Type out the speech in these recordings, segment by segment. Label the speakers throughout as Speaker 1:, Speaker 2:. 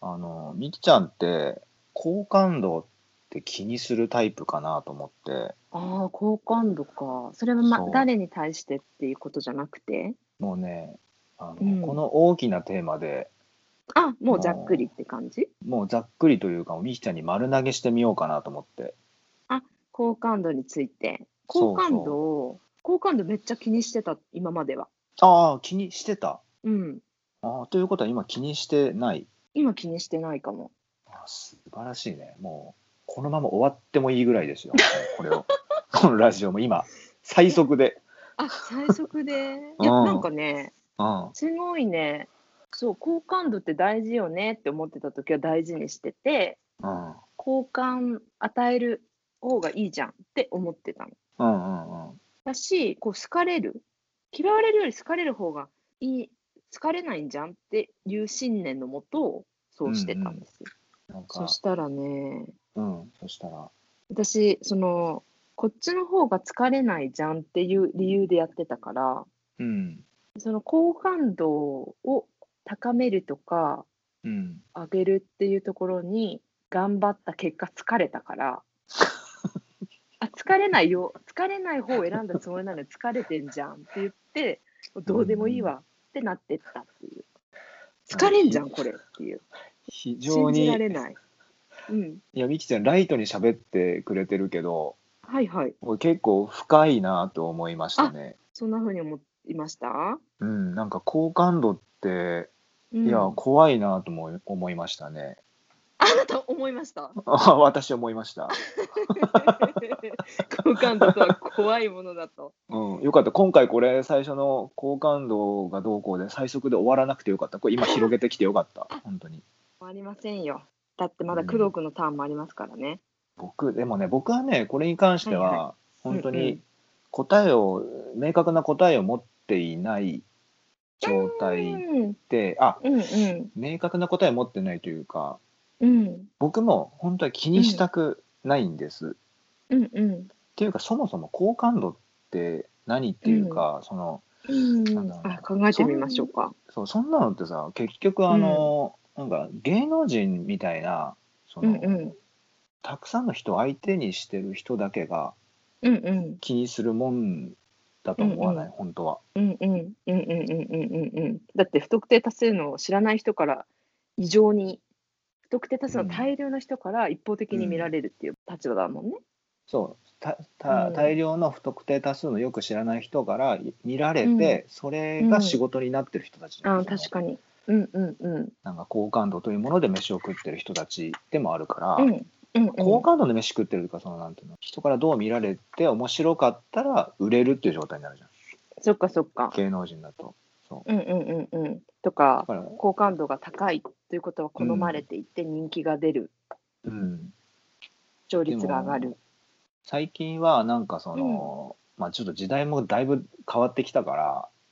Speaker 1: あの、みきちゃんって好感度って気にするタイプかなと思って、
Speaker 2: ああ、好感度か。それは、ま
Speaker 1: そう、
Speaker 2: 誰に対してっていうことじゃなくて
Speaker 1: もうね、あの、
Speaker 2: うん
Speaker 1: この大きなテーマで
Speaker 2: あ、もうざっくりって感じ
Speaker 1: もうざっくりというか、みきちゃんに丸投げしてみようかなと思って。
Speaker 2: 好感度について。
Speaker 1: そうそう
Speaker 2: 好感度を、好感度めっちゃ気にしてた、今までは。
Speaker 1: ああ、気にしてた。
Speaker 2: うん。
Speaker 1: ああ、ということは今気にしてない。
Speaker 2: 今気にしてないかも。
Speaker 1: あ素晴らしいね。もう、このまま終わってもいいぐらいですよ。もうこれ を。このラジオも今、最速で。
Speaker 2: あ、最速 で。いや、なんかね、
Speaker 1: うん。
Speaker 2: すごいね、そう、好感度って大事よねって思ってた時は大事にしてて、
Speaker 1: うん。
Speaker 2: 好感与える方がいいじゃんって思ってたの。
Speaker 1: うんうんうん。
Speaker 2: だし、こう好かれる。嫌われるより好かれる方がいい、好かれないんじゃんっていう信念のもと、そうしてたんですよ。
Speaker 1: なんか
Speaker 2: そ、したらね、
Speaker 1: うん。そしたら、
Speaker 2: 私、その、こっちの方が疲れないじゃんっていう理由でやってたから、
Speaker 1: うん。
Speaker 2: その好感度を高めるとか、
Speaker 1: うん。
Speaker 2: 上げるっていうところに頑張った結果疲れたから。あ疲れないよ疲れない方を選んだつもりなのに疲れてんじゃんって言ってどうでもいいわってなってったっていう疲れんじゃんこれっていう
Speaker 1: 非常
Speaker 2: 信
Speaker 1: に、
Speaker 2: じら
Speaker 1: い
Speaker 2: れない、うん、
Speaker 1: や、みきちゃん、ライトに喋ってくれてるけど、
Speaker 2: はいはい
Speaker 1: これ結構深いなと思いましたね。
Speaker 2: そんな風に思いました、
Speaker 1: うん。なんか、好感度って、
Speaker 2: うん、
Speaker 1: いや、怖いなとも思いましたね。
Speaker 2: あなた思いました
Speaker 1: あ私思いました。
Speaker 2: 好感度とは怖いものだと
Speaker 1: うん、よかった。今回これ最初の好感度がどうこうで最速で終わらなくてよかった。これ今広げてきてよかった。本当に。
Speaker 2: ありませんよだってまだ工藤君のターンもありますからね、
Speaker 1: 僕、でもね、僕はね、これに関して
Speaker 2: はい
Speaker 1: は本当
Speaker 2: うんう
Speaker 1: に
Speaker 2: ん
Speaker 1: 答えを、明確な答えを持っていない状
Speaker 2: う
Speaker 1: 態
Speaker 2: ん
Speaker 1: で、あ、
Speaker 2: うんうん
Speaker 1: 明確な答えを持ってないというか、
Speaker 2: うん
Speaker 1: 僕も本当は気にしたくないんです。っ
Speaker 2: うんうん
Speaker 1: ていうか、そもそも好感度って何っていうか、その、
Speaker 2: うん
Speaker 1: なんだろうな
Speaker 2: あ考えてみましょうか。
Speaker 1: そうそんなのってさ結局あの、なんか芸能人みたいなそ
Speaker 2: うん
Speaker 1: の、
Speaker 2: うん
Speaker 1: たくさんの人を相手にしてる人だけが
Speaker 2: うんうん
Speaker 1: 気にするもんだと思わない、
Speaker 2: うん
Speaker 1: 本当は。
Speaker 2: うんうんうんうんうんうんうんだって不特定多数の知らない人から異常に不特定多数の大量の人から一方的に見られるっていう立場だもんね。
Speaker 1: そうたた
Speaker 2: うん
Speaker 1: 大量の不特定多数のよく知らない人からい見られて、それが仕事になってる人たちなん
Speaker 2: あ
Speaker 1: です
Speaker 2: 確
Speaker 1: よね
Speaker 2: かに。うんうんうん
Speaker 1: なんか好感度というもので飯を食ってる人たちでもあるから、
Speaker 2: うんうんうん。
Speaker 1: 好感度で飯食ってるというかそのなんていうの人からどう見られて面白かったら売れるっていう状態になるじゃん
Speaker 2: そっかそっか。
Speaker 1: 芸能人だと。そう
Speaker 2: うんうんうんうん。
Speaker 1: だ
Speaker 2: とか
Speaker 1: から
Speaker 2: 好感度が高いということは好まれていって人気が出る、
Speaker 1: うん、
Speaker 2: 視聴率が上がる。
Speaker 1: 最近はなんかその、まあちょっと時代もだいぶ変わってきたか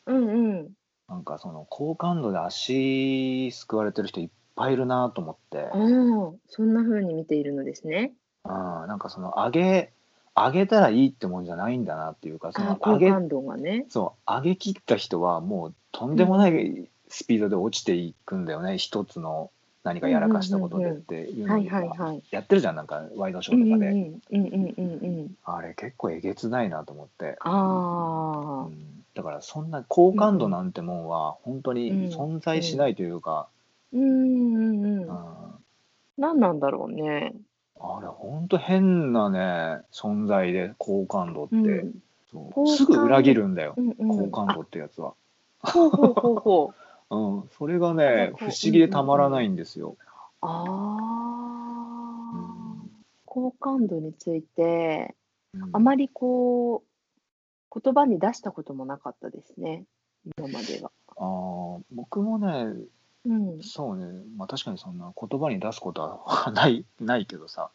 Speaker 1: ら
Speaker 2: うんうん。
Speaker 1: なんかその好感度で足すくわれてる人いっぱいいるなと思って、
Speaker 2: あ
Speaker 1: うん、
Speaker 2: あそんな風に見ているのですね。
Speaker 1: なんかその上げ上げたらいいってもんじゃないんだなっていうかそ
Speaker 2: あ
Speaker 1: の
Speaker 2: 好
Speaker 1: 上げ
Speaker 2: 感度がね。
Speaker 1: そう上げ切った人はもうとんでもないスピードで落ちていくんだよね、一つの何かやらかしたことでっていう
Speaker 2: は
Speaker 1: の
Speaker 2: いはい
Speaker 1: が
Speaker 2: はい。
Speaker 1: やってるじゃんなんかワイドショ
Speaker 2: うん
Speaker 1: ーと
Speaker 2: う
Speaker 1: か
Speaker 2: ん
Speaker 1: で、
Speaker 2: うんうんうんうん。
Speaker 1: あれ結構えげつないなと思って。
Speaker 2: あ
Speaker 1: う
Speaker 2: あ、
Speaker 1: んだからそんな好感度なんてもんは本当
Speaker 2: うん
Speaker 1: に存在しないというか、
Speaker 2: うんうん
Speaker 1: う
Speaker 2: うん。
Speaker 1: ん
Speaker 2: 何なんだろうね。
Speaker 1: あれ本当変なね存在で好感度って、
Speaker 2: うん、
Speaker 1: そう
Speaker 2: 好感度
Speaker 1: すぐ裏切るんだよ、
Speaker 2: うんうん。
Speaker 1: 好感
Speaker 2: あ
Speaker 1: 度ってやつは、
Speaker 2: ほうほうほうほう。
Speaker 1: うん、それがね
Speaker 2: こ
Speaker 1: 不
Speaker 2: う
Speaker 1: 思議でたまらないんですよ、
Speaker 2: あ
Speaker 1: う
Speaker 2: あ、
Speaker 1: ん
Speaker 2: 好感度について、
Speaker 1: うん
Speaker 2: あまりこう、言葉に出したこともなかったですね。今までは。
Speaker 1: あー僕もね
Speaker 2: うん。
Speaker 1: そうね、まあ、確かにそんな言葉に出すことはない ないけどさ、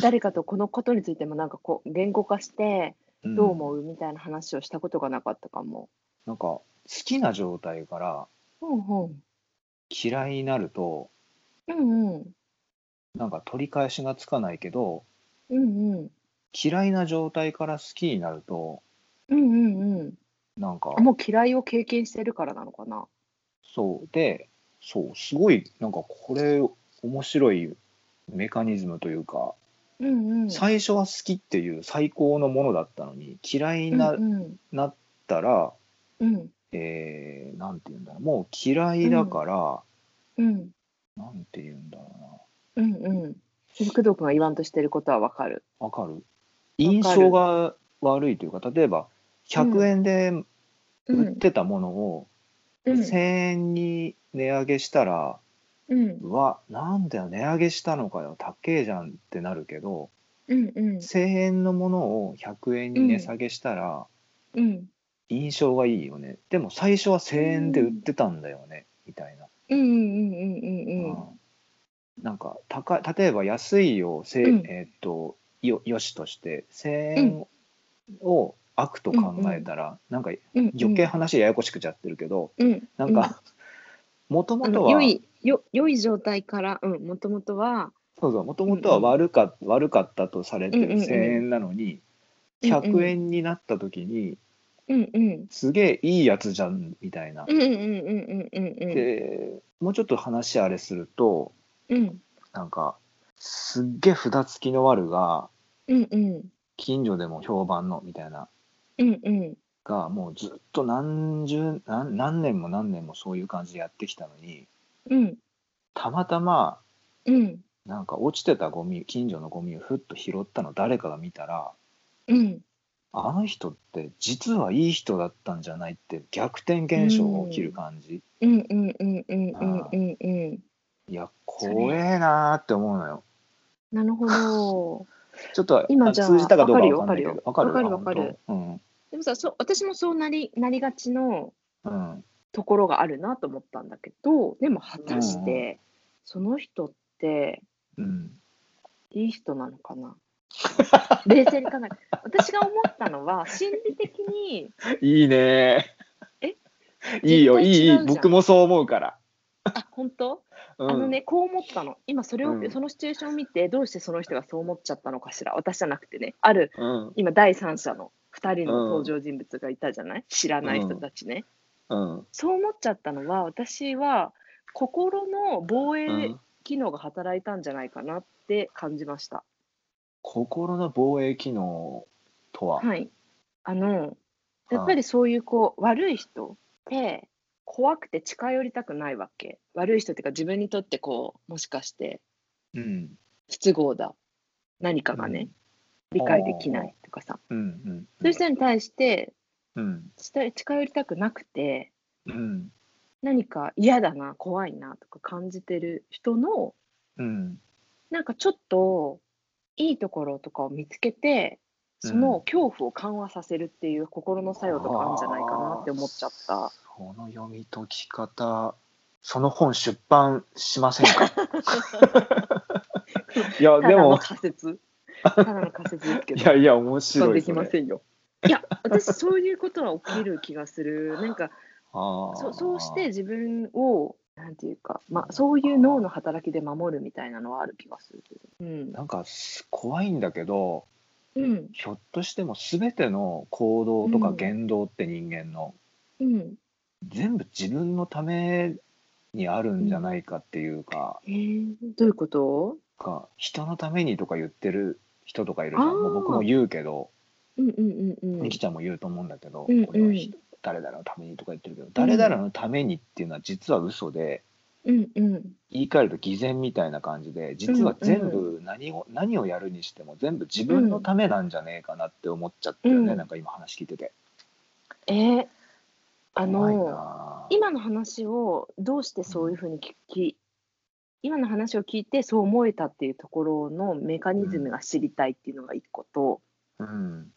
Speaker 2: 誰かとこのことについてもなんかこう、言語化して、
Speaker 1: ん
Speaker 2: どう思うみたいな話をしたことがなかったかも。
Speaker 1: なんか好きな状態から
Speaker 2: うんうん。
Speaker 1: 嫌いになると
Speaker 2: うんうん。
Speaker 1: なんか取り返しがつかないけど
Speaker 2: うんうん。
Speaker 1: 嫌いな状態から好きになると
Speaker 2: うんうんうん。
Speaker 1: なんか
Speaker 2: あもう嫌いを経験してるからなのかな。
Speaker 1: そうでそうすごいなんかこれ面白いメカニズムというか、
Speaker 2: うんうん、
Speaker 1: 最初は好きっていう最高のものだったのに嫌いにな,、
Speaker 2: うん
Speaker 1: なったら
Speaker 2: うんうん
Speaker 1: えー、なんて言うんだろうもう嫌いだから、
Speaker 2: うん
Speaker 1: なんて言うんだろ
Speaker 2: うんうん工藤君が言わんとしてることはわかる。
Speaker 1: うなわかる印象が悪いというか例えば100円で売ってたものを
Speaker 2: うん
Speaker 1: 1000円に値上げしたら、
Speaker 2: うん
Speaker 1: うわなんだよ値上げしたのかよ高えじゃんってなるけど
Speaker 2: うんうん
Speaker 1: 1000円のものを100円に値下げしたら
Speaker 2: うん
Speaker 1: 印象がいいよね、でも最初は1000円で売ってたんだよね、みたいな、
Speaker 2: うんうんうんうんうん
Speaker 1: うんなんか高い例えば安いをせ、
Speaker 2: うん
Speaker 1: えーっとよよしとして1000円を悪と考えたら、なんか
Speaker 2: うん
Speaker 1: 余計話ややこしくちゃってるけど、
Speaker 2: うん
Speaker 1: なんかもとも
Speaker 2: あ
Speaker 1: と
Speaker 2: の
Speaker 1: は
Speaker 2: 良いよ良い状態からうんもともとは
Speaker 1: そうそうもともとは悪か,、悪かったとされて
Speaker 2: うん
Speaker 1: る
Speaker 2: うんうん
Speaker 1: 1,000円なのに、100円になった時に
Speaker 2: うんうん
Speaker 1: すげえいいやつじゃんみたいな。
Speaker 2: うんうんうんうんうんうんうん
Speaker 1: でもうちょっと話あれすると
Speaker 2: うん
Speaker 1: なんかすっげえ札付きのワルが
Speaker 2: うんうん
Speaker 1: 近所でも評判のみたいな
Speaker 2: うんうん
Speaker 1: がもうずっと何十何何年も何年もそういう感じでやってきたのに
Speaker 2: うん
Speaker 1: たまたま
Speaker 2: うん
Speaker 1: なんか落ちてたゴミ近所のゴミをふっと拾ったの誰かが見たら
Speaker 2: うん
Speaker 1: あの人って実はいい人だったんじゃないって逆転現象が起きる感じ、
Speaker 2: うんうんうんうんうんうんうん
Speaker 1: いや怖えなーって思うのよ
Speaker 2: なるほど。
Speaker 1: ちょっと
Speaker 2: 今
Speaker 1: あ
Speaker 2: じゃあ
Speaker 1: 通じたかどうかわかんないけど
Speaker 2: わかるよ
Speaker 1: わかるわ本
Speaker 2: でもさ、そう私もそうなりなりがちの
Speaker 1: 当うんうん
Speaker 2: ところがあるなと思ったんだけど、でも果たしてその人って
Speaker 1: うん
Speaker 2: いい人なのかな。 冷静に考える、私が思ったのは心理的に
Speaker 1: いいね
Speaker 2: え
Speaker 1: いいよいいいい
Speaker 2: 絶対違うじゃん
Speaker 1: 僕もそう思うから、
Speaker 2: あ本当、
Speaker 1: うん、
Speaker 2: あのねこう思ったの今それを、
Speaker 1: うん
Speaker 2: そのシチュエーションを見てどうしてその人がそう思っちゃったのかしら私じゃなくてねある
Speaker 1: うん
Speaker 2: 今第三者の2人の登場人物がいたじゃない、知らない人たちね、
Speaker 1: うん
Speaker 2: そう思っちゃったのは私は心の防
Speaker 1: う
Speaker 2: 衛
Speaker 1: ん
Speaker 2: 機能が働いたんじゃないかなって感じました。
Speaker 1: 心の防衛機能とは、
Speaker 2: はい、あのやっぱりそういうこう悪い人って怖くて近寄りたくないわけ悪い人っていうか自分にとってこうもしかして
Speaker 1: うん
Speaker 2: 不都合だ何かがね、理解できないとかさ
Speaker 1: うんうん
Speaker 2: そういう人に対して
Speaker 1: うん
Speaker 2: 近近寄りたくなくて
Speaker 1: うん
Speaker 2: 何か嫌だな怖いなとか感じてる人の
Speaker 1: うん
Speaker 2: なんかちょっといいところとかを見つけてその恐怖を緩和させるっていう心の作用とかあるんじゃないかなって思っちゃった。
Speaker 1: この読み解き方その本出版しません かいや
Speaker 2: た
Speaker 1: で
Speaker 2: だの
Speaker 1: も
Speaker 2: 仮 説。ただの仮説ですけ
Speaker 1: い
Speaker 2: ど。
Speaker 1: やいや面
Speaker 2: 実感
Speaker 1: 白
Speaker 2: で
Speaker 1: い
Speaker 2: き
Speaker 1: そ
Speaker 2: ま
Speaker 1: れ
Speaker 2: せんよ。いや、私そういうことは起きる気がする。なんか、
Speaker 1: あー
Speaker 2: そう、そうして自分を。なんていうか、まあ、そういう脳の働きで守るみたいなのはある気がするけど。うん。
Speaker 1: なんかす怖いんだけど
Speaker 2: うん。
Speaker 1: ひょっとしても全ての行動と
Speaker 2: う
Speaker 1: か
Speaker 2: ん
Speaker 1: 言動って人間の、
Speaker 2: うん。
Speaker 1: 全部自分のためにあるんじゃないかっていうか,、
Speaker 2: えー、どういうこと。
Speaker 1: か人のためにとか言ってる人とかいるじゃん
Speaker 2: あー
Speaker 1: もう僕も言うけど
Speaker 2: うんうんうんう
Speaker 1: み
Speaker 2: ん
Speaker 1: き。ちゃんも言うと思うんだけど、
Speaker 2: うんうん
Speaker 1: これはひ誰々のためにとか言ってるけど、誰々のためにっていうのは実は嘘で
Speaker 2: うんうん。
Speaker 1: 言い換えると偽善みたいな感じで実は全部何を,、何をやるにしても全部自分のためなんじゃねえかなって思っちゃったよね、
Speaker 2: うん
Speaker 1: なんか今話聞いてて。
Speaker 2: えー、あ
Speaker 1: 怖い
Speaker 2: の。
Speaker 1: なあ
Speaker 2: 今の話をどうしてそういうふうに聞き今の話を聞いてそう思えたっていうところのメカニズムが知りたいっていうのが一個と、
Speaker 1: うん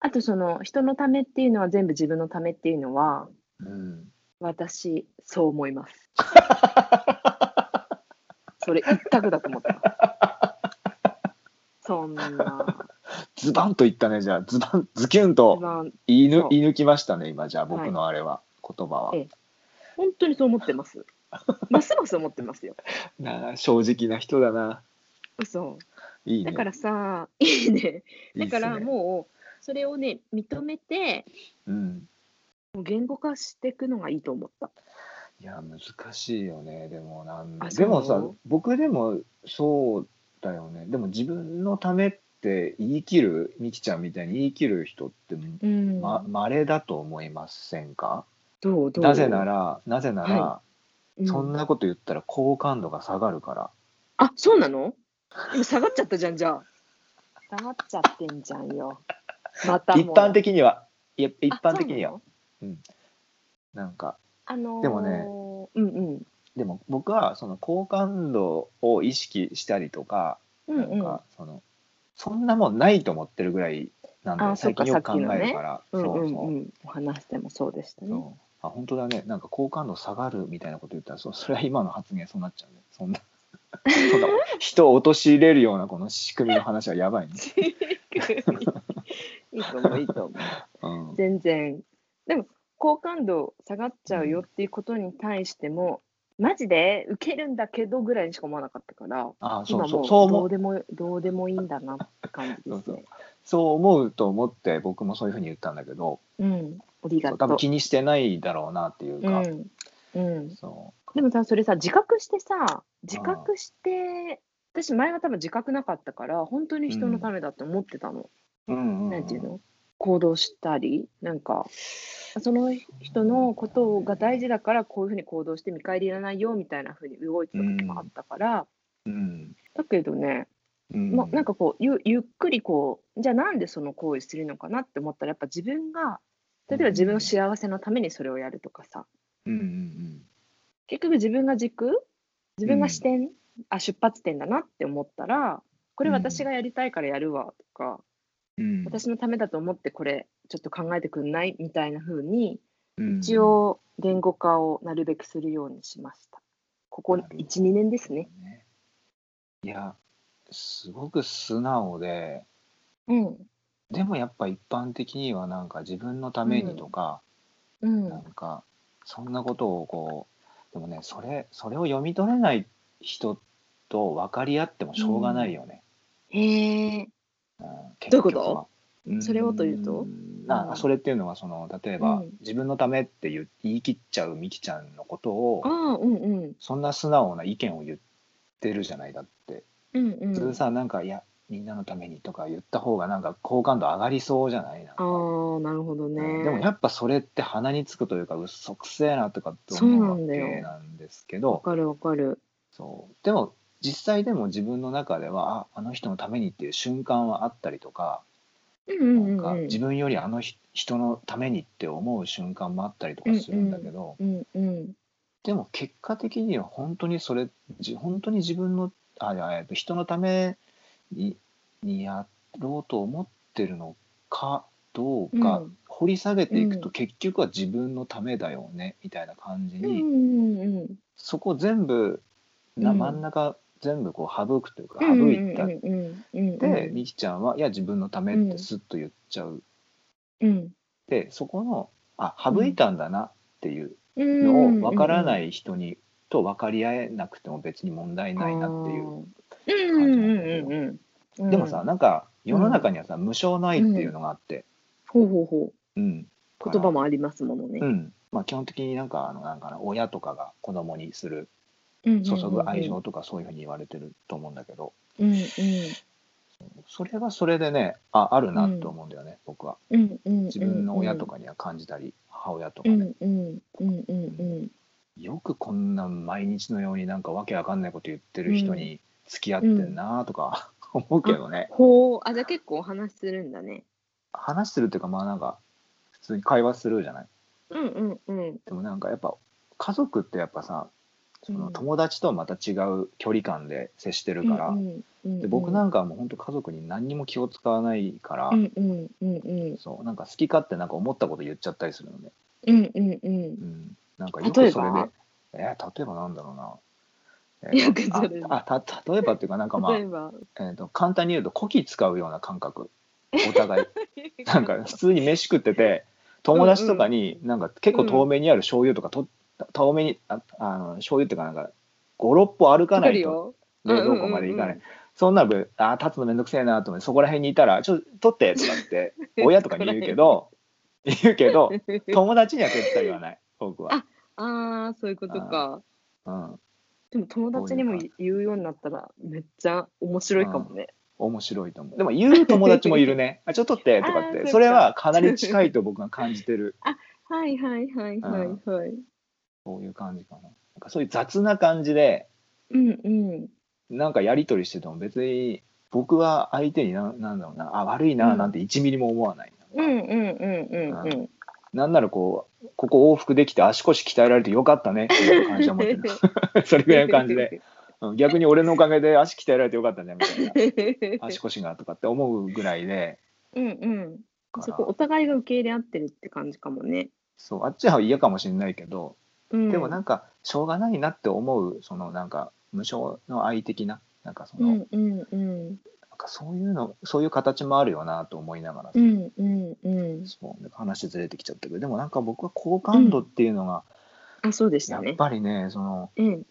Speaker 2: あとその人のためっていうのは全部自分のためっていうのは
Speaker 1: うん
Speaker 2: 私そう思います。 それ一択だと思ってます。そんな
Speaker 1: ズバンと言ったねじゃあズバンズキュン
Speaker 2: 一
Speaker 1: と
Speaker 2: 番
Speaker 1: 言い
Speaker 2: そ
Speaker 1: ぬ
Speaker 2: う
Speaker 1: 言い抜きましたね今じゃあ僕のあれは、言葉は
Speaker 2: え本当にそう思ってます。ますます思ってますよ。
Speaker 1: なあ正直な人だな
Speaker 2: 嘘
Speaker 1: いいね
Speaker 2: だからさいいね。
Speaker 1: いい
Speaker 2: だ
Speaker 1: っすね
Speaker 2: からもうそれをね認めて
Speaker 1: うん
Speaker 2: もう言語化していくのがいいと思った。
Speaker 1: いや難しいよねでもなん
Speaker 2: あ
Speaker 1: で
Speaker 2: そ
Speaker 1: で
Speaker 2: う
Speaker 1: もさ僕でもそうだよねでも自分のためって言い切るみきちゃんみたいに言い切る人って
Speaker 2: うん
Speaker 1: まれだと思いませんか
Speaker 2: どうどう
Speaker 1: なぜならなぜなら、
Speaker 2: は
Speaker 1: そん
Speaker 2: な、
Speaker 1: なこと言ったら好感度が下がるから
Speaker 2: あそうなの今下がっちゃったじゃんじゃあ下がっちゃってんじゃんよまたも
Speaker 1: 一
Speaker 2: う
Speaker 1: 般的にはいや一
Speaker 2: あ
Speaker 1: 般的には
Speaker 2: そう
Speaker 1: なんか
Speaker 2: なのあのー、
Speaker 1: でもね
Speaker 2: うんうん
Speaker 1: でも僕はその好感度を意識したりとか、
Speaker 2: うんうん
Speaker 1: なんかそのそんなもんないと思ってるぐらいなん
Speaker 2: あ
Speaker 1: で
Speaker 2: ーそ
Speaker 1: 最
Speaker 2: っか
Speaker 1: 近よく考えるから、
Speaker 2: うん
Speaker 1: そううそ
Speaker 2: ん
Speaker 1: う、
Speaker 2: うんお話でもそうでした ね
Speaker 1: そうあ本当だねなんか好感度下がるみたいなこと言ったらそそれは今の発言そうなっちゃうねそんな そんな人を陥れるようなこの仕組みの話はやばいね、
Speaker 2: いいと思ういいと思う
Speaker 1: うん、
Speaker 2: 全然でも好感度下がっちゃうよっていうことに対しても、マジで受けるんだけどぐらいにしか思わなかったから
Speaker 1: あーそ
Speaker 2: 今
Speaker 1: うそ
Speaker 2: も
Speaker 1: う
Speaker 2: う
Speaker 1: そう
Speaker 2: ど
Speaker 1: 思
Speaker 2: う
Speaker 1: う
Speaker 2: でもどうでもいいんだなって感じです
Speaker 1: そうそ
Speaker 2: ね。
Speaker 1: そう思うと思って僕もそういうふうに言ったんだけど
Speaker 2: うん、ありが
Speaker 1: そう
Speaker 2: と
Speaker 1: 多
Speaker 2: う
Speaker 1: 分。気にしてないだろうなっていう
Speaker 2: う
Speaker 1: か、
Speaker 2: んうん、
Speaker 1: そ
Speaker 2: でもさそれさ自覚してさ自覚して私前は多分自覚なかったから本当に人のためだって思ってたの、
Speaker 1: う、うんうん
Speaker 2: なんていうの行動したりなんかその人のことが大事だからこういうふうに行動して見返りいらないよみたいなふうに動いてた時もあったから、
Speaker 1: うん
Speaker 2: だけどね
Speaker 1: うん
Speaker 2: ま、なんかこうゆゆっくりこうじゃあなんでその行為するのかなって思ったらやっぱ自分が例えば自分の幸せのためにそれをやるとかさ
Speaker 1: うんうん
Speaker 2: 結局自分が軸自分が視点、あ出発点だなって思ったらこれ
Speaker 1: うん
Speaker 2: 私がやりたいからやるわとか、
Speaker 1: うん、
Speaker 2: 私のためだと思ってこれちょっと考えてくんないみたいな風に
Speaker 1: うん
Speaker 2: 一応言語化をなるべくするようにしました。ここ
Speaker 1: なるほど
Speaker 2: 12年ですね。
Speaker 1: ねいやすごく素直で
Speaker 2: うん
Speaker 1: でもやっぱ一般的にはなんか自分のためにとか、
Speaker 2: うん
Speaker 1: なんかそんなことをこうでもねそれそれを読み取れない人と分かり合ってもしょうがないよね。
Speaker 2: へえ。
Speaker 1: うん
Speaker 2: どういうこと
Speaker 1: 結局はん
Speaker 2: それをというと
Speaker 1: あそれっていうのはその例えば、
Speaker 2: うん
Speaker 1: 自分のためって言う言い切っちゃうみきちゃんのことを
Speaker 2: ああうんうん
Speaker 1: そんな素直な意見を言ってるじゃないだって
Speaker 2: うんう
Speaker 1: 普通
Speaker 2: ん。
Speaker 1: さなんか「いやみんなのために」とか言った方がなんか好感度上がりそうじゃないなん
Speaker 2: あ
Speaker 1: か
Speaker 2: あなるほど
Speaker 1: うん
Speaker 2: ね。
Speaker 1: でもやっぱそれって鼻につくというかうっそくせえなとかって
Speaker 2: そう
Speaker 1: 思
Speaker 2: な
Speaker 1: うんわ
Speaker 2: だよ
Speaker 1: けなんですけ
Speaker 2: わ
Speaker 1: ど
Speaker 2: かるわかる。
Speaker 1: そうでも実際でも自分の中ではああの人のためにっていう瞬間はあったりとか
Speaker 2: うん
Speaker 1: な
Speaker 2: うんんう
Speaker 1: か
Speaker 2: んうん
Speaker 1: 自。分よりあのひ人のためにって思う瞬間もあったりとかするんだけど
Speaker 2: うんうん。
Speaker 1: でも結果的には本当にそれじ本当に自分のあいやえっと人のためににやろうと思ってるのかどうか、
Speaker 2: うん
Speaker 1: 掘り下げていく
Speaker 2: う
Speaker 1: と結局は自分のためだよね、みたいな感じ
Speaker 2: うん
Speaker 1: に、
Speaker 2: うんうん。
Speaker 1: そこ全部な
Speaker 2: うん
Speaker 1: 真ん中全部こう省くというか
Speaker 2: うん
Speaker 1: 省いたっ
Speaker 2: うんうんうん
Speaker 1: てみきちゃんはいや自分のためっ
Speaker 2: う
Speaker 1: て
Speaker 2: ん
Speaker 1: スッと言っちゃう
Speaker 2: うん
Speaker 1: でそこのあ省いたんだなっていう
Speaker 2: うん
Speaker 1: のを分からないい人にと分かり合えなくても別に問題ないなっていう。
Speaker 2: うんうんうんうんうん。
Speaker 1: でもさなんか世の中にはさ無償の愛っていうのがあって、
Speaker 2: ほうほうほ
Speaker 1: うん、
Speaker 2: う言葉もありますものね
Speaker 1: う。んまあ、基本的になんかあのなんかな親とかが子供にする
Speaker 2: うんうんうん
Speaker 1: 注ぐ愛情。とかそういうふうに言われてると思うんだけど
Speaker 2: うんうん
Speaker 1: それはそれでねああるなと思うんだよね、僕は
Speaker 2: うんうんうん。
Speaker 1: 自分の親とかには感じたり母親とか
Speaker 2: う
Speaker 1: ね、
Speaker 2: んうんうんうんうん。
Speaker 1: よくこんな毎日のようになんかわけわかんないこと言ってる人に付き合ってんなとか 思うけどね、
Speaker 2: ほうあじゃあ結構お話しするんだね。
Speaker 1: 話するっていうかまあなんか普通に会話するじゃない
Speaker 2: うんうんうん
Speaker 1: でもなんかやっぱ家族ってやっぱさそ
Speaker 2: うん
Speaker 1: の友達とはまた違う距離感で接してるから、
Speaker 2: うんうん。
Speaker 1: で僕なんんかはもう本当家族に何にも気を使わないから、
Speaker 2: うんうんうんうん
Speaker 1: そうなんか好き勝手なんか思ったこと言っちゃったりするのね、
Speaker 2: うんうんうん
Speaker 1: うん、なんかよくそれ
Speaker 2: 例え
Speaker 1: で
Speaker 2: ば
Speaker 1: えー例えばなんだろうな、
Speaker 2: よくそれで
Speaker 1: ああた例えばっていうかなんかまあ
Speaker 2: 例え、ば。
Speaker 1: えー、と簡単に言うとこき使うような感覚お互いなんか普通に飯食ってて友達とかになんか結構遠目にある醤油とかと遠目にああの醤油っていうかなんか56歩歩か
Speaker 2: わか
Speaker 1: な
Speaker 2: る
Speaker 1: いと
Speaker 2: よ。
Speaker 1: 冷蔵庫まで行かない、
Speaker 2: うんうんうんうん
Speaker 1: そんな分あー立つのめんどくせえなと思ってそこら辺にいたら「ちょっと取って」とかって 親とかに言うけど言うけど友達には絶対言わない僕は
Speaker 2: あ。ああ、そういうことか。
Speaker 1: うん、
Speaker 2: でも友達にも言言うようになったらめっちゃ面白いかもね。
Speaker 1: 面白いと思うでも言う友達もいる ねあちょっと取ってとかっ
Speaker 2: あーそってか
Speaker 1: それはかなり近いと僕が感じてる
Speaker 2: はいはいはいはいはい。
Speaker 1: こういう感じかななんかそういう雑な感じで
Speaker 2: うんうん。
Speaker 1: なんかやり取りしてても別に僕は相手にななんだろうなあ悪いうなんなんて1ミリも思わない、
Speaker 2: うんうんうんうんうん。
Speaker 1: なんならこうここ往復できて足腰鍛えられてよかったねっていう感じで思ってる それぐらいの感じでうん逆に俺のおかげで足鍛えられてよかったねみたいな 足腰がとかって思うぐらいで
Speaker 2: うんうん。
Speaker 1: から
Speaker 2: そこお互いが受け入れ合ってるって感じかもね。
Speaker 1: そうあっちは嫌かもしれないけど、
Speaker 2: うん、
Speaker 1: でもなんかしょうがないなって思うそのなんか無償の愛的ななんかその、
Speaker 2: う
Speaker 1: なん
Speaker 2: んうんうん
Speaker 1: かそういうのそういう形もあるよなと思いながらさ
Speaker 2: うんうんうん。
Speaker 1: そうなんか話ずれてきちゃったけどでもなんか僕は好感度っていうのが
Speaker 2: あそうでし
Speaker 1: や
Speaker 2: た
Speaker 1: っ
Speaker 2: ね。
Speaker 1: ぱりね、その
Speaker 2: うん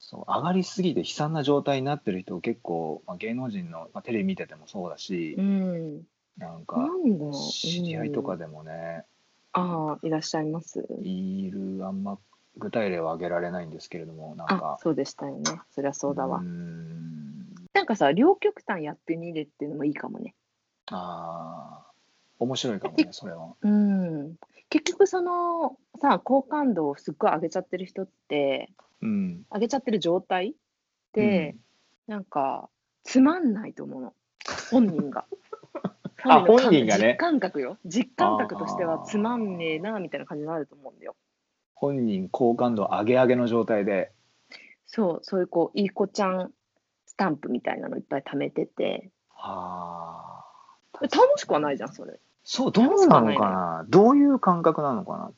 Speaker 1: そう上がりすぎて悲惨な状態になってる人結構、まあ、芸能人の、まあ、テレビ見ててもそうだし、
Speaker 2: うん。
Speaker 1: なん
Speaker 2: な
Speaker 1: か
Speaker 2: んだ。
Speaker 1: 知り合いとか
Speaker 2: で。
Speaker 1: でもね、
Speaker 2: ああいらっしゃいます。
Speaker 1: いるあんま具体例は挙げられないんですけれどもなん
Speaker 2: あ
Speaker 1: か
Speaker 2: そうでしたよね。そりゃそうだわ。
Speaker 1: ーん
Speaker 2: なんかさ両極端やってみるっていうのもいいかもね。
Speaker 1: あー面白いかもねそれは。
Speaker 2: うん、結局そのさ好感度をすっごい上げちゃってる人って
Speaker 1: うん、
Speaker 2: 上げちゃってる状態って、なんかつまんないと思うの本人が。
Speaker 1: あ本人がね
Speaker 2: 実感覚よ実感覚としてはつまんねえなみたいな感じになると思うんだよ。
Speaker 1: 本人好感度上げ上げの状態で
Speaker 2: そうそういうこういい子ちゃんスタンプみたいなのいっぱい貯めてて
Speaker 1: はあ
Speaker 2: 楽しくはないじゃんそれ。
Speaker 1: そうどうなのかなどういう感覚なのかな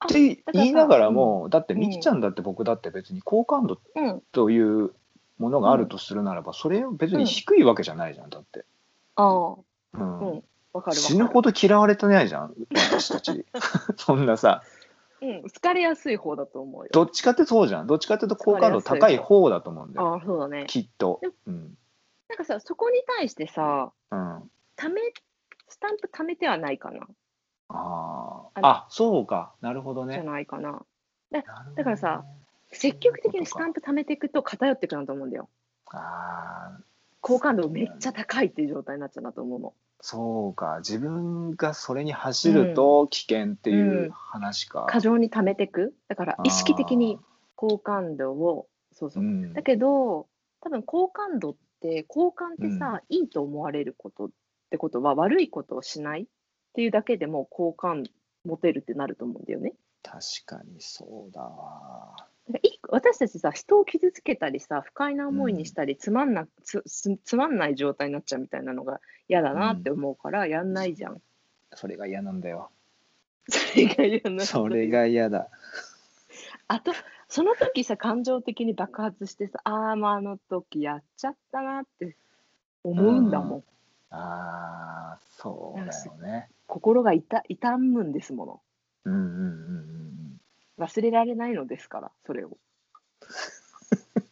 Speaker 2: あ
Speaker 1: って
Speaker 2: だからさ
Speaker 1: 言いながらも、だって
Speaker 2: うん
Speaker 1: みきちゃんだって僕だって別に好感度
Speaker 2: うん、
Speaker 1: というものがあるとするならば、それを別に低いわけじゃないじゃんだって、
Speaker 2: ああ
Speaker 1: うん
Speaker 2: うんわかるわかる。
Speaker 1: 死ぬほど嫌われてないじゃん私た ちそんなさ
Speaker 2: うん、好かれやすい方だと思うよ。
Speaker 1: どっちかってそうじゃんどっちかっていうと好感度高い方だと思うんだよ
Speaker 2: ああそうだね。
Speaker 1: きっと
Speaker 2: でも
Speaker 1: うん、
Speaker 2: なんかさそこに対してさ
Speaker 1: うん、あ
Speaker 2: ためスタンプ貯めてはないかな、
Speaker 1: あ
Speaker 2: あの
Speaker 1: あそうかなるほど
Speaker 2: じゃ
Speaker 1: ね
Speaker 2: ないかな
Speaker 1: なるほどね
Speaker 2: だからさ積極的にスタンプ貯めていくと偏っていくなと思うんだよ
Speaker 1: ああ
Speaker 2: 好感度めっちゃ高いっていう状態になっちゃうなと思うの
Speaker 1: そうか自分がそれに走ると危険っていう話か、
Speaker 2: 過剰に貯めていくだから
Speaker 1: あー
Speaker 2: 意識的に好感度をそうそうう、
Speaker 1: ん
Speaker 2: だけど多分好感度って好感ってさ、いいと思われることってことは悪いことをしないっていうだけでも好感持てるってなると思うんだよね
Speaker 1: 確かにそうだわ
Speaker 2: なんかい私たちさ人を傷つけたりさ不快な思いにしたり、つまんなつつつまんない状態になっちゃうみたいなのが嫌だなって思うから、やんないじゃん。
Speaker 1: それが嫌なんだよ
Speaker 2: それが嫌な
Speaker 1: それが嫌だ
Speaker 2: あとその時さ感情的に爆発してさああまああの時やっちゃったなって思うんだもん、
Speaker 1: うあーそうだよね
Speaker 2: 心が痛痛むんですも
Speaker 1: うんうんうん
Speaker 2: の忘れられないのですからそ れを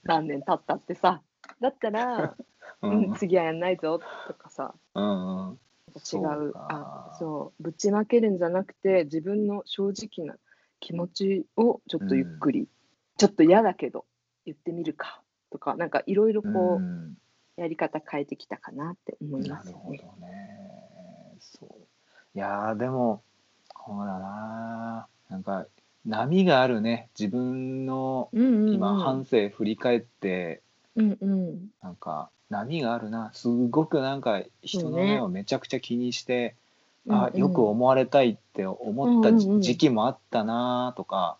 Speaker 2: 何年経ったってさだったら、
Speaker 1: うんう
Speaker 2: うんん、次はやんないぞとかさ
Speaker 1: うんうん
Speaker 2: 違
Speaker 1: そう
Speaker 2: う
Speaker 1: か
Speaker 2: あそうぶちまけるんじゃなくて自分の正直な気持ちをちょっとゆっくり、ちょっと嫌だけど言ってみるかとかなんかいろいろこう、
Speaker 1: ん
Speaker 2: やり方変えてきたかなって思い
Speaker 1: な
Speaker 2: ます
Speaker 1: る
Speaker 2: ね
Speaker 1: ほど。ねそういやーでもほらなーなんか波があるね自分の
Speaker 2: うんうんうん、
Speaker 1: 今反省振り返って
Speaker 2: うんうん
Speaker 1: なんか波があるなすごくなんか人の
Speaker 2: そうね
Speaker 1: 目をめちゃくちゃ気にして、
Speaker 2: うん
Speaker 1: あ
Speaker 2: うん
Speaker 1: よく思われたいって思った
Speaker 2: うんうんうん
Speaker 1: じ時期もあったなとか、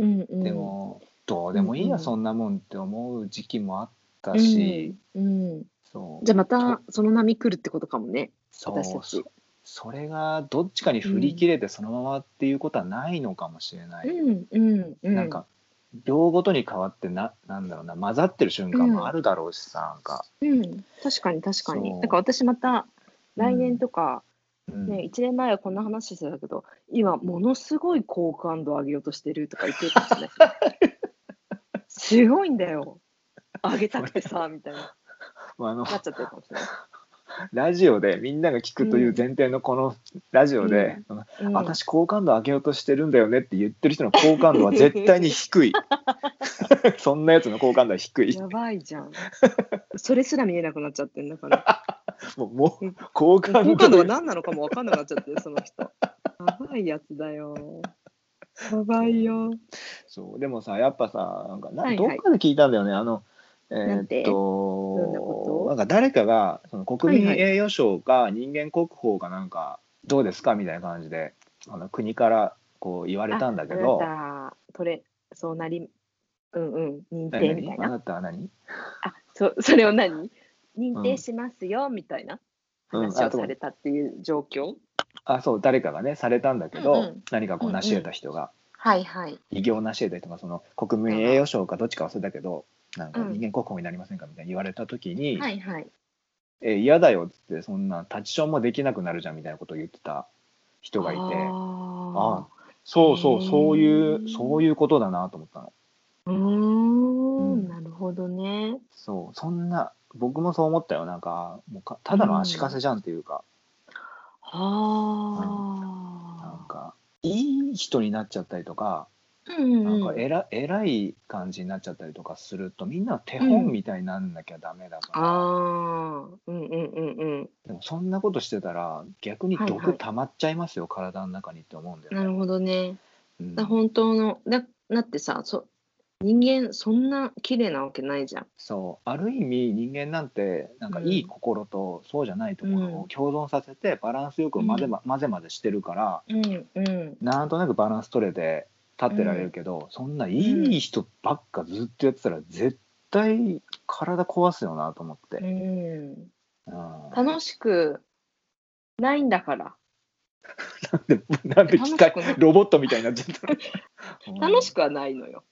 Speaker 2: うんうん、
Speaker 1: でもどうでもいいや、
Speaker 2: うんうん
Speaker 1: そんなもんって思う時期もあった
Speaker 2: うん
Speaker 1: し、
Speaker 2: うん
Speaker 1: そう
Speaker 2: じゃあまたその波来るってことかもね。
Speaker 1: そう
Speaker 2: 私たち
Speaker 1: そそれがどっちかに振り切れてそのままっていうことはないのかもしれない、
Speaker 2: うんうんうん、
Speaker 1: なんか秒ごとに変わってななんだろうな混ざってる瞬間もあるだろうしさ、なんか、
Speaker 2: うん、確かに確かに。
Speaker 1: そう
Speaker 2: なんか私また来年とか、
Speaker 1: うん
Speaker 2: ね、1年前はこんな話してたけど今ものすごい好感度上げようとしてるとか言ってるかもしれない ですねすごいんだよ上げたくてさみたいな
Speaker 1: あの
Speaker 2: なっちゃってるかもしれない
Speaker 1: ラジオでみんなが聞くという前提のこのラジオで、
Speaker 2: うん
Speaker 1: 私好感度上げようとしてるんだよねって言ってる人の好感度は絶対に 低いそんなやつの好感度は低い
Speaker 2: やばいじゃん。それすら見えなくなっちゃってんだ から。
Speaker 1: もうもう好
Speaker 2: 好
Speaker 1: 感
Speaker 2: 感
Speaker 1: 度
Speaker 2: 度
Speaker 1: が
Speaker 2: が何なのかも分かんなくなっちゃってる、その人。やばいやつだよ。やばいよ。
Speaker 1: そうでもさやっぱさなんかな、
Speaker 2: はい
Speaker 1: どっ
Speaker 2: はい
Speaker 1: かで聞いたんだよねあのえ
Speaker 2: な
Speaker 1: ー
Speaker 2: んて
Speaker 1: っ
Speaker 2: どんなこと
Speaker 1: となんか誰かがその国民
Speaker 2: はいは
Speaker 1: 栄誉賞か人間国宝かなんかどうですかみたいな感じであの国からこう言われたんだけど
Speaker 2: あ。なた、これ、そうなり、うんうん、
Speaker 1: 何
Speaker 2: 認定み
Speaker 1: 何
Speaker 2: たい
Speaker 1: あ
Speaker 2: な。
Speaker 1: なたは何
Speaker 2: あそそれを何認定しますよ、みたいな話
Speaker 1: うん
Speaker 2: を
Speaker 1: あと
Speaker 2: されたっていう状況。
Speaker 1: あそう誰かがねされたんだけど、
Speaker 2: うんうん
Speaker 1: 何かこ
Speaker 2: う
Speaker 1: うん
Speaker 2: うん
Speaker 1: 成し得た人が、
Speaker 2: はいはい。
Speaker 1: 偉業を成し得た人がその国民栄誉賞かどっちか忘れたけどなんか
Speaker 2: うん
Speaker 1: 人間国宝になりませんかみたいに言われた時に「
Speaker 2: はいはい。
Speaker 1: えー嫌だよ」っつってそんな立ちションもできなくなるじゃんみたいなことを言ってた人がいて
Speaker 2: あ
Speaker 1: あそうそ
Speaker 2: へ
Speaker 1: う
Speaker 2: ー
Speaker 1: そういうそういうことだなと思ったの
Speaker 2: ーうー、
Speaker 1: うんん
Speaker 2: なるほどね。
Speaker 1: そうそんな僕もそう思ったよなんかもうかただの足かせじゃんっていうか、な
Speaker 2: あ
Speaker 1: んかいい人になっちゃったりとか
Speaker 2: あ。うん
Speaker 1: なん
Speaker 2: う
Speaker 1: か
Speaker 2: ん。
Speaker 1: 偉偉い感じになっちゃったりとかするとみんな手本みたいになんなきゃダメだから、
Speaker 2: ああ、うんうんうんうん。
Speaker 1: でもそんなことしてたら逆に
Speaker 2: はいはい
Speaker 1: 毒溜まっちゃいますよ、体の中にって思うんだよ
Speaker 2: な
Speaker 1: ね。
Speaker 2: るほどね。
Speaker 1: うん
Speaker 2: だ本当のだだってさ、そ人間そんな綺麗なわけないじゃん。
Speaker 1: そうある意味人間なんてなんかいい心とそうじゃないところ
Speaker 2: う
Speaker 1: を共存させてバランスよく混ぜ,、ま混ぜ混ぜしてるから
Speaker 2: うんうん。
Speaker 1: なんとなくバランス取れて立ってられるけど、そんないい人ばっかずっとやってたら絶対体壊すよなと思って。
Speaker 2: うん、
Speaker 1: うん
Speaker 2: 楽しくないんだから。
Speaker 1: でなんで機械
Speaker 2: 楽しくない
Speaker 1: ロボットみたいになっちゃったの
Speaker 2: 楽しくはないのよ。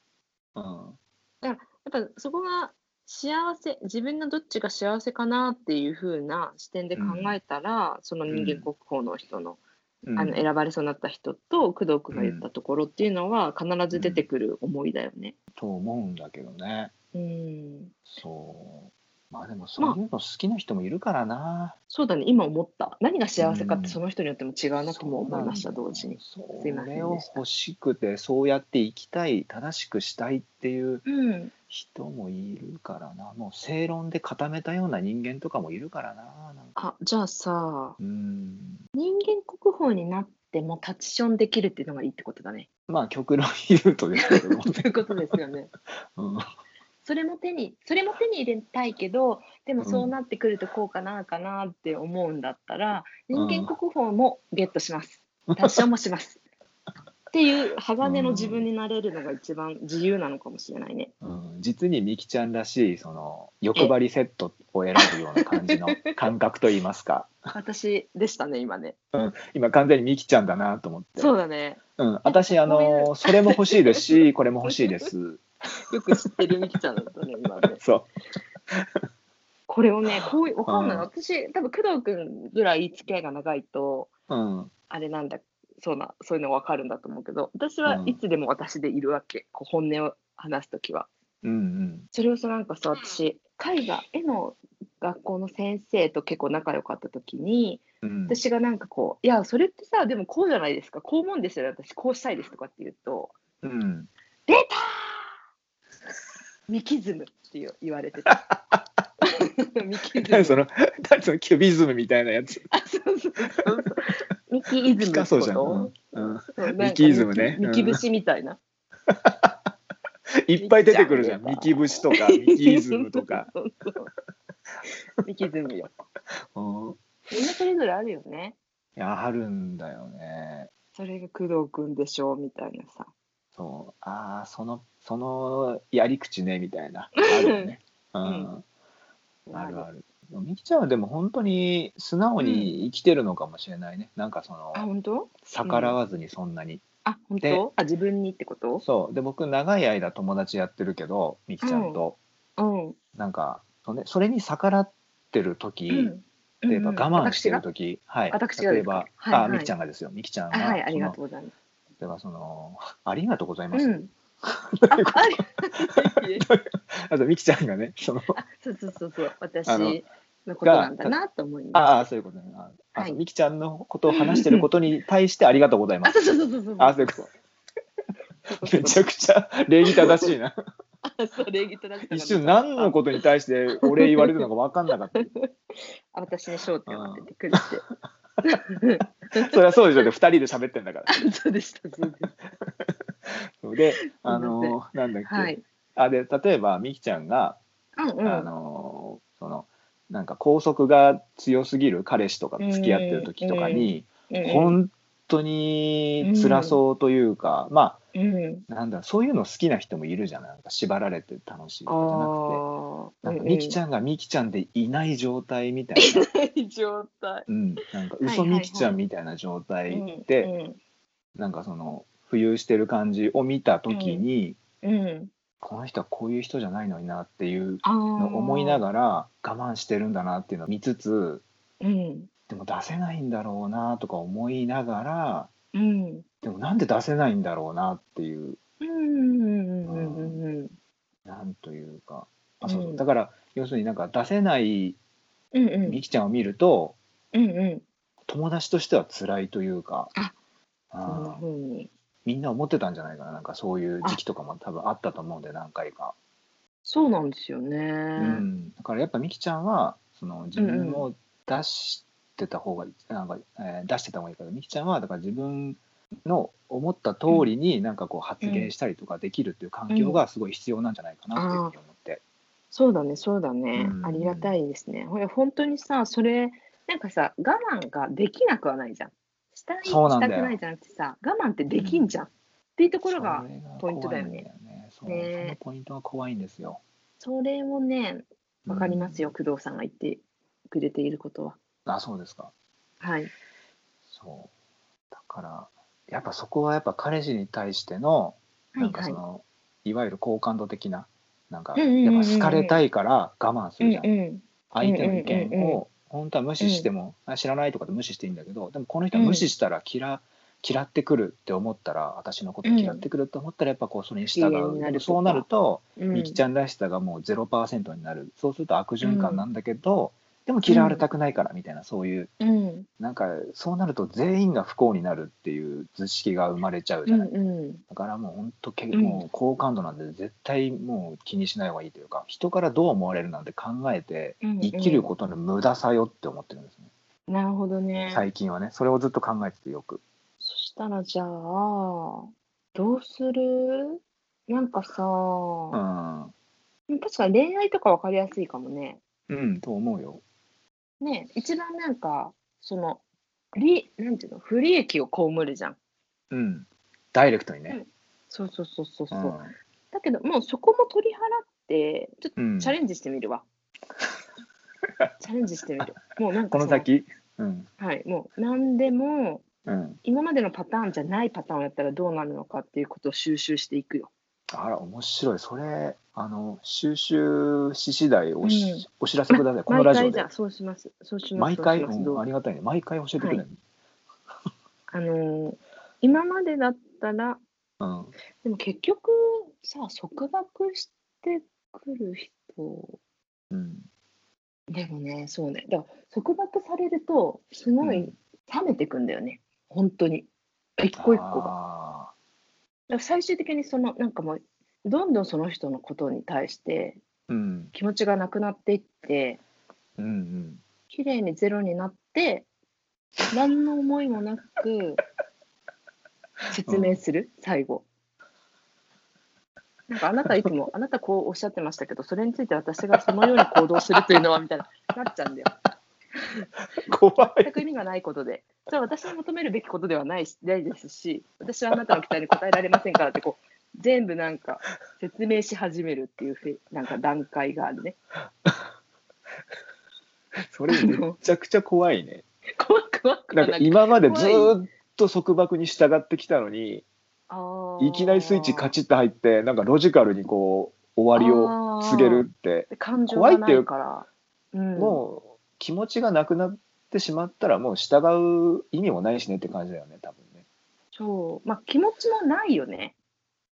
Speaker 1: うん
Speaker 2: やっぱそこが幸せ自分のどっちが幸せかなっていう風な視点で考えたら、その人間国宝の人の,、
Speaker 1: うん
Speaker 2: あの選ばれそうになった人と工藤君が言ったところっていうのは必ず出てくる思いだよね。
Speaker 1: と思うんだけどね
Speaker 2: うん、
Speaker 1: そうまあでもそういうの好きな人もいるからな、
Speaker 2: そうだね今思った何が幸せかっ
Speaker 1: う
Speaker 2: て
Speaker 1: ん
Speaker 2: その人によっても違うなとも思いました、
Speaker 1: そうなんだ
Speaker 2: 同時に。
Speaker 1: そ
Speaker 2: すいませんでした
Speaker 1: れを欲しくてそうやって生きたい正しくしたいっていう
Speaker 2: うん、
Speaker 1: 人もいるからなもう正論で固めたような人間とかもいるからななんか
Speaker 2: あじゃあさ
Speaker 1: うん
Speaker 2: 人間国宝になってもタッチションできるっていうのがいいってことだ ね。
Speaker 1: まあ極論言うとですけど、
Speaker 2: と いうことですよね。
Speaker 1: うん
Speaker 2: それも手にそれも手に入れたいけどでもそうなってくるとこうかなかなって思うんだったら、
Speaker 1: うん
Speaker 2: 人間国宝もゲットします達成もします っていう鋼の自分になれるのが一番自由なのかもしれないね。
Speaker 1: うん実にみきちゃんらしいその欲張りセットを選ぶような感じの 感覚といいますか、
Speaker 2: 私でしたね今ね。
Speaker 1: うん、今完全にみきちゃんだなと思って
Speaker 2: そうだね
Speaker 1: うん、私あ
Speaker 2: こうい
Speaker 1: のそれも欲しいですしこれも欲しいです
Speaker 2: よく知ってるみきちゃんだったね今ね。
Speaker 1: そ
Speaker 2: これをねこういわかんない
Speaker 1: うん
Speaker 2: 私多分工藤君ぐらい付き合いが長いと
Speaker 1: う、うん、
Speaker 2: あれなんだそうなそういうの分かるんだと思うけど私はいつでも私でいるわけ、こう本音を話す時は。
Speaker 1: うんうん
Speaker 2: それをさなんかさ私絵画絵の学校の先生と結構仲良かった時に
Speaker 1: うん
Speaker 2: 私がなんかこう「いやそれってさでもこうじゃないですかこう思うんですよね私こうしたいです」とかって言うと
Speaker 1: うん
Speaker 2: 「出たーミキズム」って言う言われてた。 ミキズム
Speaker 1: 何その何そのキュビズムみたいなやつ
Speaker 2: あそうそうそうそうミキイズム
Speaker 1: ピ
Speaker 2: って
Speaker 1: カ
Speaker 2: こ
Speaker 1: ソじゃん、う
Speaker 2: と
Speaker 1: んうん、
Speaker 2: そうなんか
Speaker 1: ミキイズムね
Speaker 2: ミキミキ節みたいな。
Speaker 1: いっぱい出てくるじゃん
Speaker 2: ミ
Speaker 1: ミ
Speaker 2: キち、
Speaker 1: キブシとかミキイズムとか
Speaker 2: そうそう ミキズムよ。
Speaker 1: うん、い
Speaker 2: みんなそれぞれあるよね。
Speaker 1: やあるんだよね
Speaker 2: それが工藤君でしょみたいなさ。
Speaker 1: そうああそのそのやり口ねみたい なあるよね、うん、あるあるみきちゃんはでも本当に素直に生きてるのかもしれないね、なんかその
Speaker 2: あ本当？
Speaker 1: 逆らわずにそんなに、
Speaker 2: あ本
Speaker 1: で
Speaker 2: 当？あ自分にってこと？
Speaker 1: そうで僕長い間友達やってるけどみきちゃんと、
Speaker 2: うん。う
Speaker 1: なんかそれそれに逆らってる時、
Speaker 2: ん。
Speaker 1: 例えば我慢してる
Speaker 2: 私が
Speaker 1: 時、はい
Speaker 2: 私が
Speaker 1: 例えば、
Speaker 2: 私がはい
Speaker 1: あ
Speaker 2: はい
Speaker 1: みきちゃんがですよみきちゃんが
Speaker 2: あはいありがと
Speaker 1: そう
Speaker 2: ございます。
Speaker 1: の例えばその 「ありがとうございます」
Speaker 2: うん。ああり
Speaker 1: あとみきちゃんがねその
Speaker 2: あそうそうそうそう
Speaker 1: あの
Speaker 2: 私のことなんだなと思います。
Speaker 1: ああそういうことねああ、
Speaker 2: はい
Speaker 1: みきちゃんのことを話してることに対してありがとうございま
Speaker 2: あ、
Speaker 1: す
Speaker 2: そうそうそうそうそう。
Speaker 1: あそういうことめちゃくちゃ礼儀正しい な
Speaker 2: あそう礼儀正しさが
Speaker 1: 一瞬何のことに対してお礼言われるのか分かんなかった
Speaker 2: あ私に焦点を当ててくれて。
Speaker 1: そりゃそうでしょで2人で喋ってんだから
Speaker 2: そうでした、そうでし
Speaker 1: であ
Speaker 2: すい
Speaker 1: のなんだっけ、
Speaker 2: た。はい。
Speaker 1: あで例えばみきちゃんが、
Speaker 2: うんう
Speaker 1: あ
Speaker 2: ん。
Speaker 1: のそのなんか校則が強すぎる彼氏とかと付き合ってる時とかに、
Speaker 2: うん
Speaker 1: 本当に辛そうというか、ま
Speaker 2: うん。
Speaker 1: あなんだそういうの好きな人もいるじゃないなんか縛られて楽しいと
Speaker 2: あ
Speaker 1: かじゃなくて。なんかみきち
Speaker 2: ゃん。
Speaker 1: ゃんがみきちゃんでいない状態みたい な、
Speaker 2: いい状態。
Speaker 1: うん、なんか
Speaker 2: いはい
Speaker 1: 嘘みきちゃんみたいな状態
Speaker 2: う
Speaker 1: で
Speaker 2: ん
Speaker 1: なんかその浮遊してる感じを見た時に、
Speaker 2: うん。
Speaker 1: この人はこういう人じゃないのになっていう
Speaker 2: ああ。
Speaker 1: のを思いな
Speaker 2: ら。
Speaker 1: がら我慢してるんだなっていうのを見つつ
Speaker 2: うん。
Speaker 1: でも出せないんだろうなとか思いながら
Speaker 2: うん。
Speaker 1: でもなんで出せないんだろうなっていう
Speaker 2: うんうんうんうんうん
Speaker 1: なんというかあそうそう
Speaker 2: うん
Speaker 1: だから要するになんか出せない
Speaker 2: うんうん
Speaker 1: みきちゃんを見ると
Speaker 2: うんうん
Speaker 1: 友達としては辛いというか
Speaker 2: あそんな
Speaker 1: あー
Speaker 2: ふうに
Speaker 1: みんな思ってたんじゃないかななんかそういう時期とかも多分あったと思うんで何回か。
Speaker 2: そうなんですよね
Speaker 1: うん、だからやっぱみきちゃんはその自分を出してた方がなんか、えー出してた方がいいからみきちゃんはだから自分の思った通りになんかこう発言したりとかできるっていう環境がすごい必要なんじゃないかなっていうふうに思って。
Speaker 2: そうだねそうだね
Speaker 1: うん
Speaker 2: ありがたいですねほら本当にさそれなんかさ我慢ができなくはないじゃんしたいし
Speaker 1: そうな
Speaker 2: た
Speaker 1: んだ
Speaker 2: く
Speaker 1: よ
Speaker 2: ないじゃなくてさ我慢ってできんじゃんっていうところが
Speaker 1: それが
Speaker 2: ポイントだよね
Speaker 1: 怖いんだよねそう
Speaker 2: ね
Speaker 1: そのポイントが怖いんですよ。
Speaker 2: それをねわかりますよ
Speaker 1: うん。
Speaker 2: 工藤さんが言ってくれていることは
Speaker 1: あそうですか。
Speaker 2: はい
Speaker 1: そうだからやっぱそこはやっぱ彼氏に対しての
Speaker 2: は
Speaker 1: ないんか
Speaker 2: は
Speaker 1: そ
Speaker 2: い
Speaker 1: の、いわゆる好感度的ななんか
Speaker 2: うんうんうんう
Speaker 1: やっ
Speaker 2: ん
Speaker 1: ぱ好かれたいから我慢す
Speaker 2: うん
Speaker 1: る
Speaker 2: う
Speaker 1: じゃん。
Speaker 2: ん
Speaker 1: 相手の意見
Speaker 2: うんうんうんうん
Speaker 1: を本当は無視しても、あ知らないとかで無視していいんだけどでもこの人は無視したら嫌,、嫌ってくるって思ったら私のこと嫌ってくるって思ったらやっぱこうそれに従
Speaker 2: いいよう
Speaker 1: う、
Speaker 2: にな
Speaker 1: で
Speaker 2: ると
Speaker 1: もそ
Speaker 2: か
Speaker 1: うなると、
Speaker 2: うん
Speaker 1: みきちゃんらしさがもう0%になるそうすると悪循環なんだけど、でも嫌われたくないからみたいなそういう
Speaker 2: うん
Speaker 1: なんかそうなると全員が不幸になるっていう図式が生まれちゃう
Speaker 2: う
Speaker 1: じゃ
Speaker 2: ん
Speaker 1: ない、
Speaker 2: うん
Speaker 1: だからもう本当け
Speaker 2: うん
Speaker 1: もう好感度なんて絶対もう気にしない方がいいというか人からどう思われるなんて考えて
Speaker 2: うんうん
Speaker 1: 生きることの無駄さよって思ってるんですね、
Speaker 2: なるほどね
Speaker 1: 最近はねそれをずっと考えててよく
Speaker 2: そしたらじゃあどうするなんかさ、
Speaker 1: うん、
Speaker 2: 確かに恋愛とか分かりやすいかもね。
Speaker 1: うん、と思うよ
Speaker 2: ね一番なんかその利なんていうの不利益を被るじゃん。
Speaker 1: うんダイレクトにね、
Speaker 2: そうそうそうそう
Speaker 1: う
Speaker 2: そう、
Speaker 1: ん
Speaker 2: だけどもうそこも取り払ってちょっ
Speaker 1: うん
Speaker 2: とチャレンジしてみ るわ。チャレンジしてみる。もうなんか
Speaker 1: こ
Speaker 2: そ
Speaker 1: の先うん
Speaker 2: はいもう何でも
Speaker 1: うん
Speaker 2: 今までのパターンじゃないパターンをやったらどうなるのかっていうことを収集していくよ。
Speaker 1: あら面白いそれあの収集し次第おし、
Speaker 2: うん
Speaker 1: お知らせくださいこのラ
Speaker 2: 毎
Speaker 1: ジオ
Speaker 2: 回じ
Speaker 1: で
Speaker 2: ゃあそうします。そうしま
Speaker 1: 毎
Speaker 2: す。
Speaker 1: 回
Speaker 2: そうします
Speaker 1: うんありがたいね毎回教えてくれる、
Speaker 2: はあのー今までだったら
Speaker 1: うん
Speaker 2: でも結局さ束縛してくる人
Speaker 1: うん
Speaker 2: でもねそうねだから束縛されるとすご
Speaker 1: う
Speaker 2: い
Speaker 1: ん
Speaker 2: 冷めてくんだよね、本当に一個一個が。
Speaker 1: が
Speaker 2: だから最終的にそのなんかもうどんどんその人のことに対して
Speaker 1: うん
Speaker 2: 気持ちがなくなっていって
Speaker 1: うんうん
Speaker 2: 綺麗にゼロになって何の思いもなく説明する、最後なんかあなたいつもあなたこうおっしゃってましたけどそれについて私がそのように行動するというのはみたいななっちゃうんだよ
Speaker 1: 怖い
Speaker 2: 全く意味がないことでそれは私に求めるべきことではないしないですし私はあなたの期待に応えられませんからってこう全部なんか説明し始めるっていうふうなんか段階があるね
Speaker 1: それめちゃくちゃ怖いね
Speaker 2: 怖く怖く
Speaker 1: な
Speaker 2: は
Speaker 1: んか
Speaker 2: なく
Speaker 1: 今までずーっと束縛に従ってきたのに
Speaker 2: あー
Speaker 1: いきなりスイッチカチッと入ってなんかロジカルにこう終わりを告げるって
Speaker 2: 感情がないから。うん
Speaker 1: もう気持ちがなくなってしまったらもう従う意味もないしねって感じだよね多分ね。
Speaker 2: そうまあ気持ちもないよね。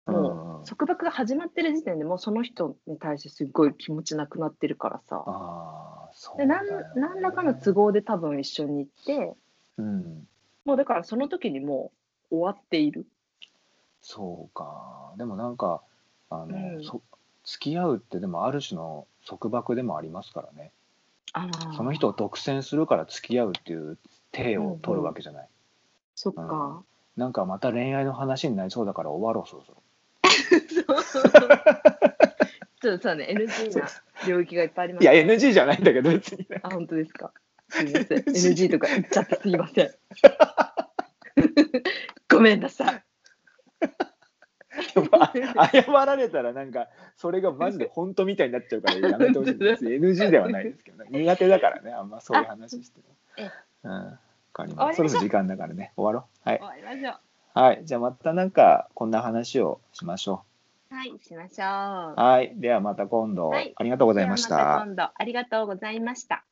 Speaker 1: うんう
Speaker 2: も
Speaker 1: ん
Speaker 2: う束縛が始まってる時点でもうその人に対してすっごい気持ちなくなってるからさ。
Speaker 1: ああそう
Speaker 2: でなん何らかの都
Speaker 1: 合、
Speaker 2: 合で多分一緒に行って
Speaker 1: うん、
Speaker 2: もうだからその時にもう終わっている
Speaker 1: そうかでもなんかあの、
Speaker 2: うん
Speaker 1: そ付き合うってでもある種の束縛でもありますからね
Speaker 2: あ
Speaker 1: その人を独占するから付き合うっていう体を取るわけじゃない、
Speaker 2: そっか、
Speaker 1: なんかまた恋愛の話になりそうだから終わろうそろそろ
Speaker 2: そうちょっとそうね NG な領域がいっぱいあります
Speaker 1: いや NG じゃないんだけど別に
Speaker 2: あ本当ですかすいません NG とか言っちゃってすいません ごめんなさい
Speaker 1: でもあ謝られたらなんかそれがマジで本当みたいになっちゃうからやめてほしいです別に NG ではないですけど、ね、苦手だからねあんまそういう話して
Speaker 2: あえ
Speaker 1: も、うん、わかり
Speaker 2: 終わ
Speaker 1: ます
Speaker 2: り
Speaker 1: そ
Speaker 2: ま
Speaker 1: ろ
Speaker 2: し
Speaker 1: そ
Speaker 2: ょ
Speaker 1: うろ時間だからね終わろうはい
Speaker 2: 終、わりましょ
Speaker 1: はい、じゃあまたなんかこんな話をしましょ
Speaker 2: うはいしましょ
Speaker 1: う
Speaker 2: う
Speaker 1: はいではまた今度、
Speaker 2: はい
Speaker 1: ありがとうございまし
Speaker 2: では
Speaker 1: た
Speaker 2: また今度ありがとうございました